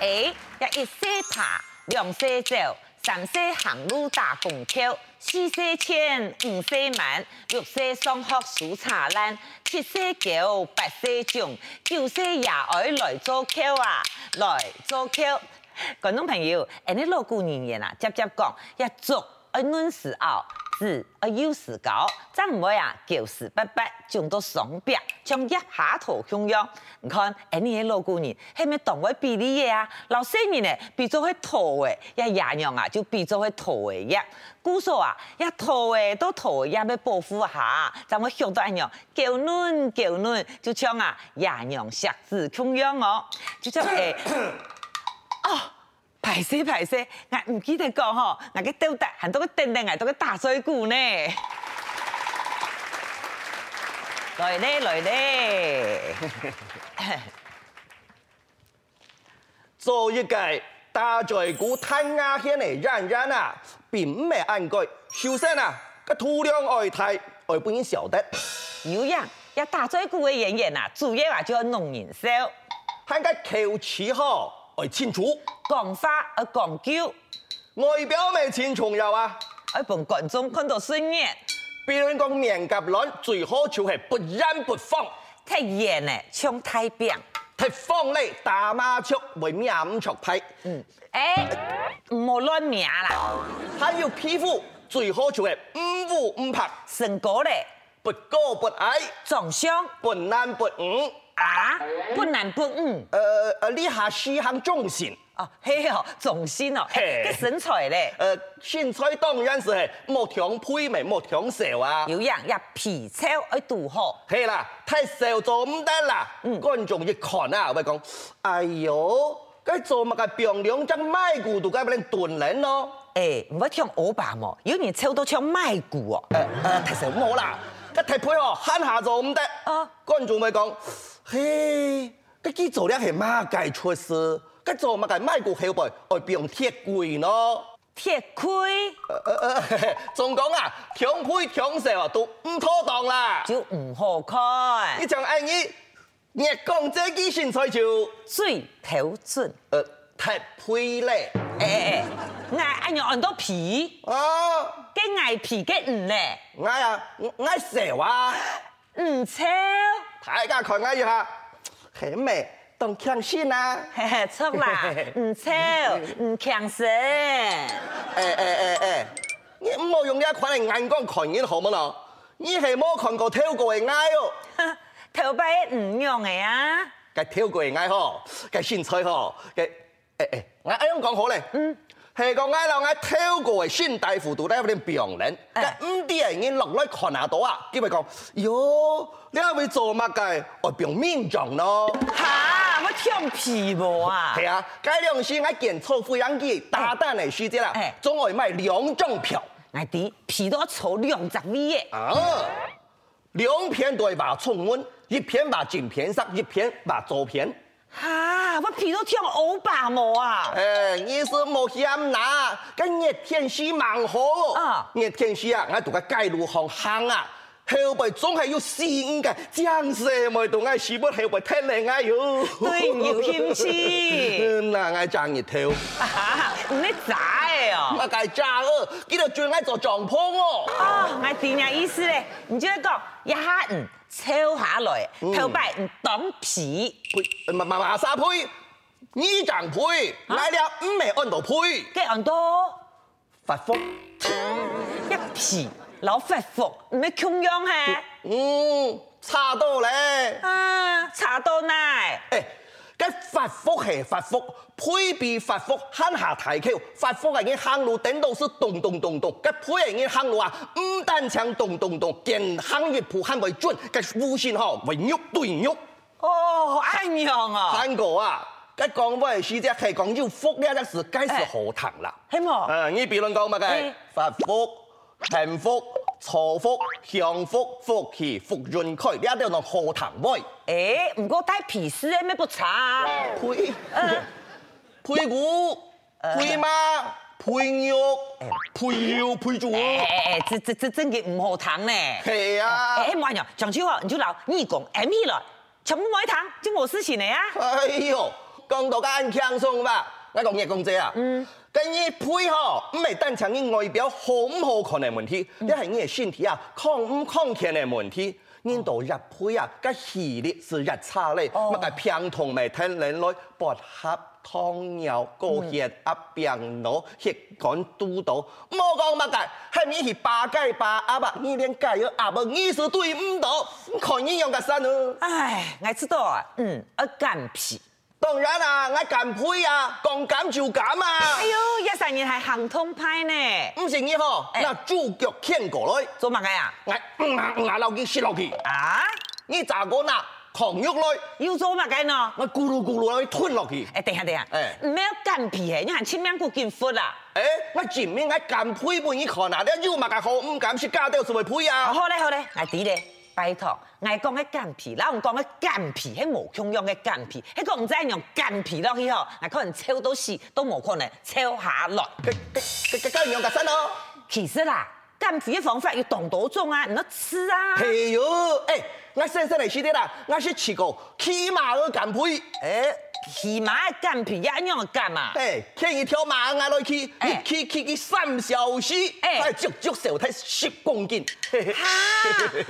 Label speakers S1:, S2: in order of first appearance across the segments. S1: 鞋，也一洗拍，两洗走，三洗行路打拱跳，四洗千，五洗万，六洗双学数茶烂，七洗九，八洗中，九洗夜爱来做扣啊，来做扣。观众朋友，誒你老古年言啊，接接講，一足一嫩時候，字一幼時九，真唔會啊，九時八八，仲到爽白，將一下頭向陽。你看，誒你啲老古年，係咪同位比你嘢啊？老細年呢，比做去土嘅，一牙娘啊就比做去土嘅一。姑嫂啊，一土嘅都土嘅，也要報復一下，就會向到一樣，叫嫩叫嫩，就像啊牙娘石子向陽哦，就像誒。哦，排泄排泄，我唔記得講吼，我嘅吊帶行到個叮叮，行到個大水鼓呢。來咧來咧，
S2: 做一個大嘴鼓探牙圈的人人啊，並唔係按句，首先啊，個土量愛太，愛不應曉得，
S1: 有樣一大水鼓嘅演員啊，主要啊就要弄人笑，
S2: 喊個口齒好，愛清楚，
S1: 講法要講究，
S2: 外表咪清楚有啊，
S1: 要幫觀眾看到順眼。
S2: 別人講面甲卵最好就係不染不放，
S1: 太演呢，像太扁。
S2: 踢放咧打麻雀為命唔出牌，
S1: 嗯，哎，唔好亂名啦，
S2: 還有皮膚最好就係五五五拍，
S1: 成果咧，
S2: 不高不矮，
S1: 長相
S2: 不男不女，
S1: 啊，不男不女。
S2: 呃呃，你下四項重心。
S1: 哦，嘿哦，重心哦，
S2: 嘿
S1: 嘿，個身材咧，
S2: 呃，身材當然是係莫強配咪莫強瘦啊。
S1: 有樣也皮草要拄好，
S2: 係啦，太瘦做唔得啦。觀眾一看啊，會講：哎呦，佢做乜嘅漂亮將賣骨都該俾人斷人咯。
S1: 誒，唔好唱歐巴嘛，有人臭到唱賣鼓哦，
S2: 呃呃，太瘦唔好啦，佢太配哦，慳下做唔得。
S1: 啊
S2: 觀眾咪講：嘿，佢幾做咧係乜嘅出事？佢做乜嘅賣骨後背愛變鐵貴咯？
S1: 鐵盔
S2: 呃呃，仲講啊，強配強瘦啊都唔妥當啦。
S1: 就唔好看
S2: 你，講安逸，你講這句身材就
S1: 最頭準，
S2: 呃太配嘞
S1: 誒誒誒，愛按用按到皮，
S2: 啊！
S1: 跟愛皮跟唔咧，
S2: 我啊，我我蛇啊，
S1: 唔臭，
S2: 大家看我一下，很美，當強心啊！
S1: 嘿嘿，錯啦，唔臭，唔強 身，
S2: 誒誒誒誒，你唔好用呢一款嘅眼光看人好冇咯，你係冇看過跳過嘅愛哦。
S1: 哈頭擺唔用嘅啊，
S2: cái thiếu quỷ ngay ho cái xin chơi ho cái ê ê ngay ông còn hổ này hệ còn ngay là ngay thiếu quỷ xin đại phụ tụ đấy bên biển lên cái um đi anh lọc lại còn nào đó à kia mày còn yo lấy về làm mà cái ở biển miệng trọng nó
S1: 嚇，我唱皮無啊？
S2: 系啊cái lượng xin ngay kiểm tra phụ yang gì đa đan này suy thế là
S1: Ê.
S2: trong ngoài mai lượng trọng phiếu
S1: 我啲皮都粗兩十米嘅，
S2: à lượng phiếu đối bà chung quân một phiếu bà chính phiếu sắc một phiếu bà châu phiếu
S1: 嚇、我皮都像歐巴毛啊！
S2: 诶，意思冇嫌啦，跟熱天氣蠻好。
S1: 啊
S2: 熱天氣啊，我同個街路行行啊，後背總係要四五嘅，將勢咪同我屎不後背踢嚟啊喲。
S1: 對唔要謙虛
S2: 嗯，嗱，我爭熱跳，
S1: 啊，唔叻渣嘅哦！
S2: 我介爭哦，佢度最愛做撞碰哦。
S1: 啊，我點樣意思咧？唔就係講一下唔抽下來，頭擺唔擋皮，
S2: 呸，呃麻麻麻沙呸，呢張呸，來了唔係按到呸，
S1: 跟按多
S2: 發瘋。
S1: 一皮老發福，唔係窮樣係
S2: 嗯，差到咧。
S1: 啊，查到奶
S2: 誒，嘅發哎福係發福，配比發福慳下太橋，發福嘅嘢行路頂到是咚咚咚咚，嘅配嘅嘢行路啊，唔單槍咚咚咚，健行越步行為準，嘅弧線吼為肉對肉，
S1: 哦，安樣啊，
S2: 韓國啊，嘅講話是只係講要福呢一隻事，皆是何談啦。啊
S1: 係冇？
S2: 誒，呢辯論講乜嘅
S1: 嗯？
S2: 發福、幸福、財福、享福、福氣、福潤區，呢一啲用何談喂？
S1: 誒，唔過帶皮絲嘅咩不查啊？
S2: 配配股、配馬、配牛、配腰、配
S1: 誒
S2: 豬，
S1: 誒，這這這真嘅唔好糖咧。
S2: 係啊！
S1: 哎，莫哎娘，上次哦，你就老你讲 M P 了，全部买糖就冇事情了呀。
S2: 哎呦，講到咁輕鬆吧，我講嘢講這啊，跟你配合唔係單純你外表好唔好看嘅問題，一係你嘅身體啊抗唔抗天嘅問題。印度日配啊，個系列是日差咧，乜個平同埋天然來薄合糖尿高血壓病腦血管堵到，冇講乜個，係咪是八戒八鴨啊？你連解藥鴨啊，意思對唔到，你看你用個身啊！
S1: 唉，我知道啊，嗯，要干皮。
S2: 當然啦，我減配啊，講減就減啊
S1: 哎，呦，一三年係行通派呢，
S2: 唔成意嗬，
S1: 哎
S2: 那主角牽過來，
S1: 做乜嘅呀？
S2: 我嗯啊嗯啊落去食落去，
S1: 啊，
S2: 你咋個嗱狂肉來，
S1: 要做乜嘅呢？
S2: 我咕嚕咕嚕落去吞落去，
S1: 哎，等一下，等一下，
S2: 哎
S1: 唔要干皮嘅，你係千萬股見闊啦。
S2: 誒，我前面我減配半你看啊，你肉嘛個好，唔減是加掉是會配
S1: 啊，
S2: 啊，
S1: 好咧好咧，我知咧。拜託，我講嘅干皮，老唔講嘅干皮，係無窮用嘅干皮，係講唔知用干皮落去吼，我可能抽到死都冇可能抽下來。
S2: 佢佢佢佢佢用個身哦，
S1: 其實啦，干皮嘅方法要動到種啊，唔得吃啊。
S2: 嘿呦，誒，我先生嚟試啲啦，我是試過騎馬去減配，誒。
S1: 起碼嘅干皮一樣嘅干嘛？
S2: 哎，牵一条马啊落去，
S1: 哎
S2: 一去去去三小时，
S1: 哎
S2: 哎，足足少睇十公斤。嘿嘿
S1: 嚇，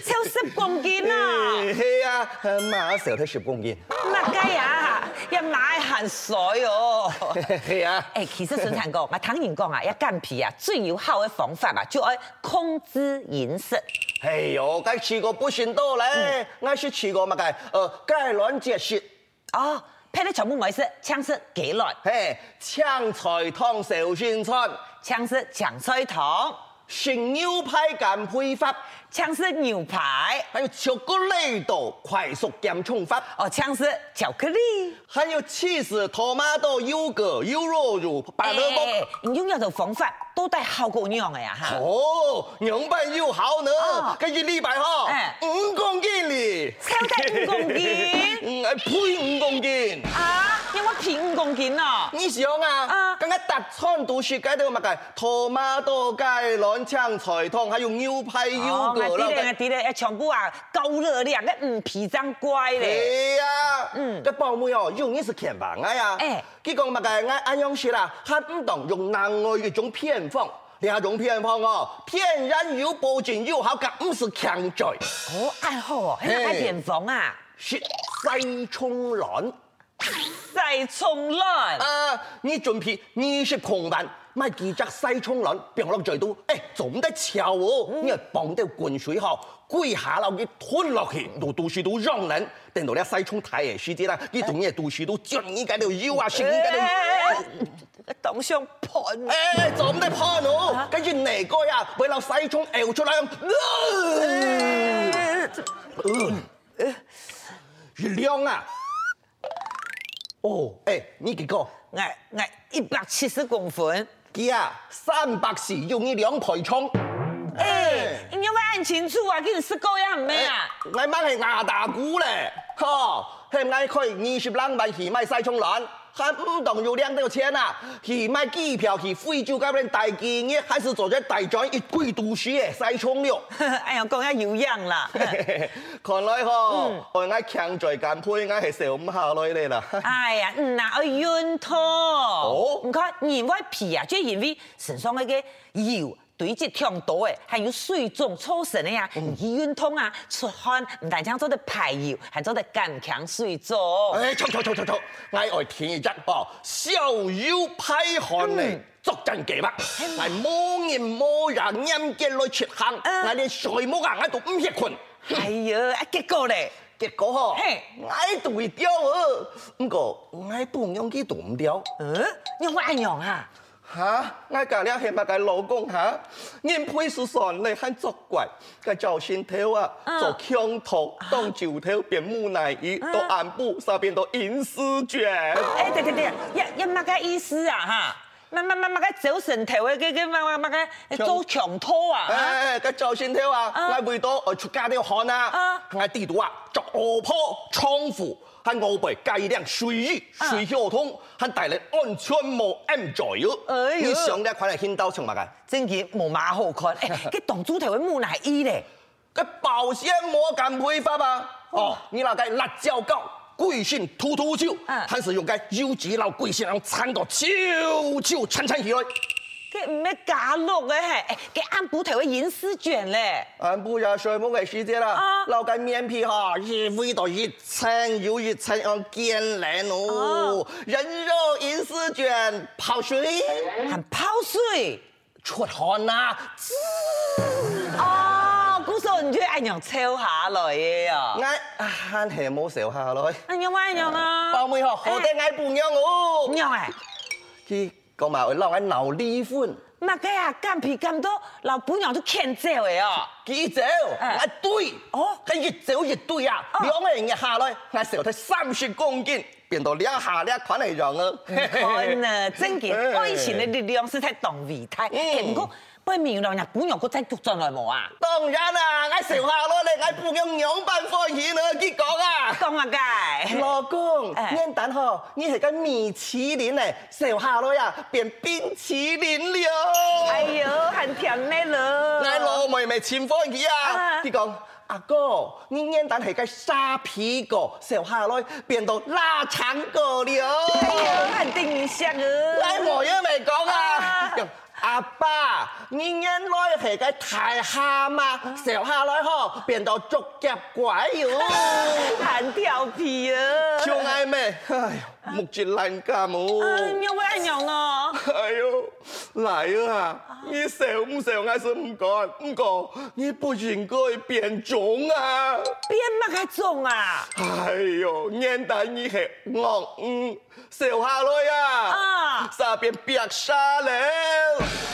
S1: 抽十公斤啊！
S2: 嘿嘿啊，马少睇十公斤。
S1: 乜雞啊，一馬行水 哦。
S2: 嘿啊，
S1: 哎，其實生產講，我坦然講啊，一干皮啊，最有效嘅方法啊，就愛控制飲食。
S2: 哎呦，该吃過不行多嘞，我是吃過嘛個，呃，戒卵節食，
S1: 哦，配得全部冇事，槍是幾耐？
S2: 嘿，青菜湯小鮮菜，
S1: 槍是強菜糖，
S2: 成牛排減配法，
S1: 槍是牛排，
S2: 還有巧克力豆快速減重法。
S1: 哦，槍是巧克力。
S2: 還有 cheese、tomato、優格、優酪乳、白蘿蔔。
S1: 哎你用呢種方法都帶效果樣嘅呀哈。
S2: 哦，娘辦又好呢
S1: 哦，
S2: 跟住呢排哈
S1: 哎，
S2: 五公斤哩，
S1: 抽得五公斤
S2: 嗯，係配五公斤。
S1: 啊，有冇皮五公斤哦？
S2: 你想啊
S1: 啊，
S2: 咁家特餐都雪解到乜嘅，托馬多雞卵青菜湯，還有牛排
S1: 哦
S2: 優，
S1: 我
S2: 格
S1: 知
S2: 啦。
S1: 咧，我知咧，全部啊高熱量嘅唔皮真乖咧。
S2: 哎呀，嗯
S1: 嗯，
S2: 個保妹哦，用的是偏方哎呀，哎
S1: 哎，
S2: 佢講乜嘅，我安樣說啦，他唔懂用南外一種偏方，你下種偏方哦，天然有保證有效，嘅唔是強罪。
S1: 哦，暗好哦，喺
S2: 哎
S1: 個田房啊，
S2: 是西葱卵
S1: 再衝浪。
S2: 啊！你準備二十狂萬，買幾隻西葱卵病落最多，哎，仲得潮哦！你係放到滾水後，跪下落去吞落去，到到處都讓人。等到你西葱太嘅時節啦，你仲要到處都將你嗰條腰啊，食你嗰
S1: 哎
S2: 條。
S1: 當上盤。
S2: 哎，仲得怕我，跟住你個呀，俾落西葱咬出嚟。呃月亮啊！哦，哎，你幾個？
S1: 哎哎，一百七十公分。
S2: 佢啊，三百時用你兩倍衝。
S1: 哎，你要问清楚啊，跟你是狗样没啊？
S2: 我掹係牙大鼓咧，呵，係嗌佢二十兩萬去買西沖蘭，還唔懂有兩多錢啊？去買機票去非洲嗰邊大企業，還是做咗大專一貴都市嘅西沖了。
S1: 哎呀，讲下有样啦。
S2: 看來呵，我嗌強在減配，我係受唔下來咧啦。
S1: 哎呀，唔啊，我晕脱。哦
S2: 哦，
S1: 你看，因为皮啊，就因为身上那个油堆积挺多诶，还有水肿造成的呀。你运动啊，出汗，唔但将做得排油，还做得肝强水肿。
S2: 哎，臭臭臭臭臭，嗌我天一隻哦，逍遙派汗嚟。捉真幾百，係冇人冇人陰嘅來切行，
S1: 嗯
S2: 我連水冇人我都唔吃困。
S1: 哎呀，啊结果咧，
S2: 結果吼，
S1: 嘿
S2: 我都會掉哦，不過我不用去都唔掉。
S1: 嗯，你有安样啊？
S2: 嚇！我家了係咪個老公嚇？人配是算你很作怪，個造型頭啊，
S1: 嗯
S2: 做槍頭當酒頭變木乃伊，到暗部上邊到銀絲卷。
S1: 哎，对对对，一一乜嘅意思啊哈？乜乜乜乜嘅走神頭嘅嘅嘅乜乜乜嘅做強拖啊？哈
S2: 哎，個造型頭啊，
S1: 啊
S2: 我味道我出家都要看啊
S1: 啊，
S2: 我地圖啊，做卧鋪、倉庫，係我背加一輛水衣、
S1: 啊
S2: 水袖通，係帶嚟安全冇 M 在
S1: 哎
S2: 咗。
S1: 呦
S2: 你上呢款係牽刀從乜嘅？
S1: 真嘅無馬好看，哎，佢當主頭嘅木乃伊咧，哦
S2: 哦 cái bảo hiểm mua cần phải pháp à, oh, như là cái lạt dao gạo, 贵姓突突酒
S1: 嗯，
S2: 还是用个优质老贵姓，然后掺到酒酒掺掺起来。
S1: 佢唔咩假落嘅係，佢暗部頭嘅隱私卷咧，
S2: 俺不要水母嘅世界啦
S1: 啊，
S2: 老个面皮哈，一味道一层又一层，嗯要艰难哦。人肉银丝卷泡水，
S1: 含泡水。
S2: 出汗呐、啊，
S1: 哦，古時候你就愛用抽下來嘅哦。
S2: 俺啊俺系冇笑下来。
S1: 你用咩用啊？
S2: 包妹吼，好得俺不娘
S1: 唔
S2: 哦。
S1: 用誒，
S2: 去讲埋我老俺闹离婚，
S1: 乜嘅啊？咁皮咁多，老本娘都欠走嘅哦。
S2: 记者
S1: 哎
S2: 啊对，
S1: 哦
S2: 佢越走越对啊，
S1: 哦
S2: 两个人一下来，俺瘦咗三十公斤，变到两下两款嚟样哦。
S1: 看啊，真嘅愛情嘅力量是在當維泰，唔過不明兩日本娘嗰陣局進來冇啊？
S2: 當然啦，我食下咯，你我半樣樣辦方言啊，結果啊。
S1: 講啊嘅。
S2: 老公，
S1: 哎
S2: 你等嗬，你係個米其林嚟，食下咯呀，變冰淇淋
S1: 哎
S2: 了。
S1: 呦，很甜咩咯？
S2: 我老妹咪前方言啊，
S1: 啊
S2: 佢講阿哥，你眼蛋係個沙皮果，食下來變到臘腸果
S1: 哎
S2: 了。
S1: 呦，很定一下
S2: 我
S1: 啊。
S2: 冇嘢咪講啊
S1: 啊！
S2: 阿爸，你眼來係個大蝦嘛，食下來嗬，變到竹夾拐喲。
S1: 很调皮啊！
S2: 就愛咩？哎呦，木住爛家母。
S1: 嗯，有喂娘啊！
S2: 哎呦，嚟啊！你笑唔笑？我是唔講，唔講，你不應該變種啊！
S1: 变乜个种啊？
S2: 哎呦，眼大你係惡 à.
S1: À.
S2: 嗯，笑下來啊！
S1: 啊
S2: 沙變白沙了。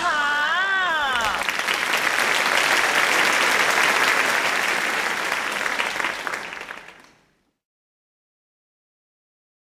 S1: 吓、